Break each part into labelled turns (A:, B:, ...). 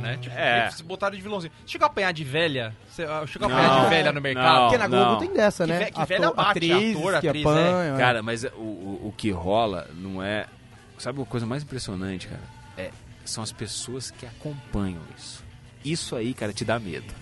A: né? Tipo,
B: É.
A: botaram de vilãozinho. Você chegou a apanhar de velha? Você ah, chegou a apanhar de velha no mercado?
B: Não,
C: Porque na Globo
B: não.
C: tem dessa,
A: Que
C: né?
A: ve- que velha bate,
C: atrizes
A: ator,
C: que
A: atriz, é.
C: apanham. é.
B: Cara, mas o, o, o que rola não é. Sabe uma coisa mais impressionante, cara? É, são as pessoas que acompanham isso. Isso aí, cara, te dá medo.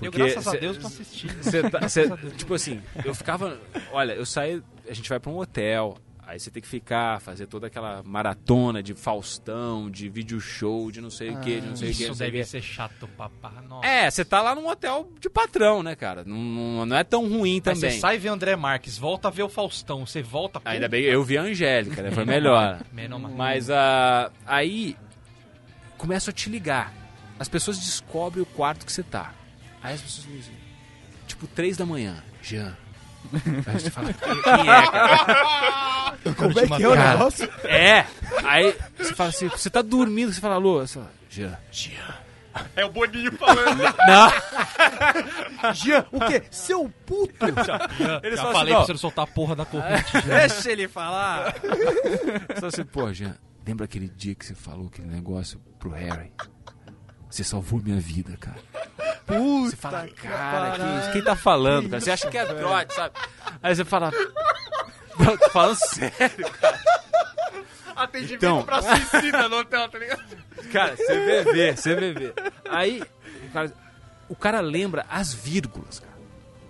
A: eu,
B: Porque
A: graças a
B: cê-
A: Deus, não assisti.
B: Cê tá- cê- tipo assim, eu ficava. Olha, eu saí. A gente vai pra um hotel. Aí você tem que ficar, fazer toda aquela maratona de Faustão, de vídeo show, de não sei o que, de não sei o que.
A: Ah, Isso deve ser chato, papá. Nossa.
B: É, você tá lá num hotel de patrão, né, cara? Não, não, não é tão ruim
A: Mas
B: também.
A: Você sai e vê André Marques, volta a ver o Faustão, você volta... pô,
B: Ainda bem, eu vi a Angélica, né? Foi melhor.
A: Menos mal.
B: Mas ah, aí começa a te ligar. As pessoas descobrem o quarto que você tá. Aí as pessoas me dizem, tipo, três da manhã, Jean. Aí você fala, quem é, cara?
C: Como é que é o
B: Cara,
C: negócio?
B: É! Aí você fala assim, você tá dormindo, você fala, alô, você fala, Jean, Jean.
A: É o Boninho falando.
B: Não!
C: Jean, o quê? Seu puto!
B: Eles
A: já
B: falam
A: falei
B: assim, ó.
A: pra você não soltar a porra da corrente.
B: Deixa ele falar! Só assim, pô, Jean, lembra aquele dia que você falou aquele negócio pro Harry? Você salvou minha vida, cara.
C: Puta!
B: Você fala, cara, que isso? quem tá falando, cara? Você acha que é trote, sabe? Aí você fala. Não, tô falando sério,
A: Atendimento
B: Então. pra
A: suicida no hotel, tá ligado?
B: cara. CVV, CVV. Aí, o cara, o cara lembra as vírgulas, cara.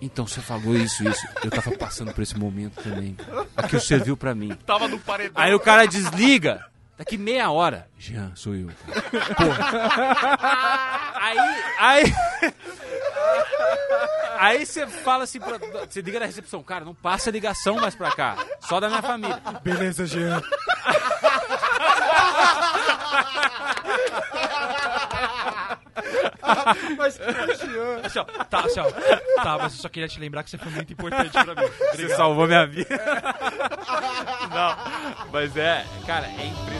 B: Então você falou isso, isso. Eu tava passando por esse momento também. cara. Aquilo serviu pra mim.
A: Tava no paredão.
B: Aí o cara desliga. Daqui meia hora. Jean, sou eu. cara. Porra. Aí. Aí. Aí você fala assim pra. Você liga na recepção, cara, não passa ligação mais pra cá. Só da minha família.
C: Beleza, Jean. Mas o Jean.
A: Assim, ó, tá, assim, ó. Tá, mas eu só queria te lembrar que você foi muito importante pra mim.
B: Você salvou minha vida. Não. Mas é. Cara, é impressionante.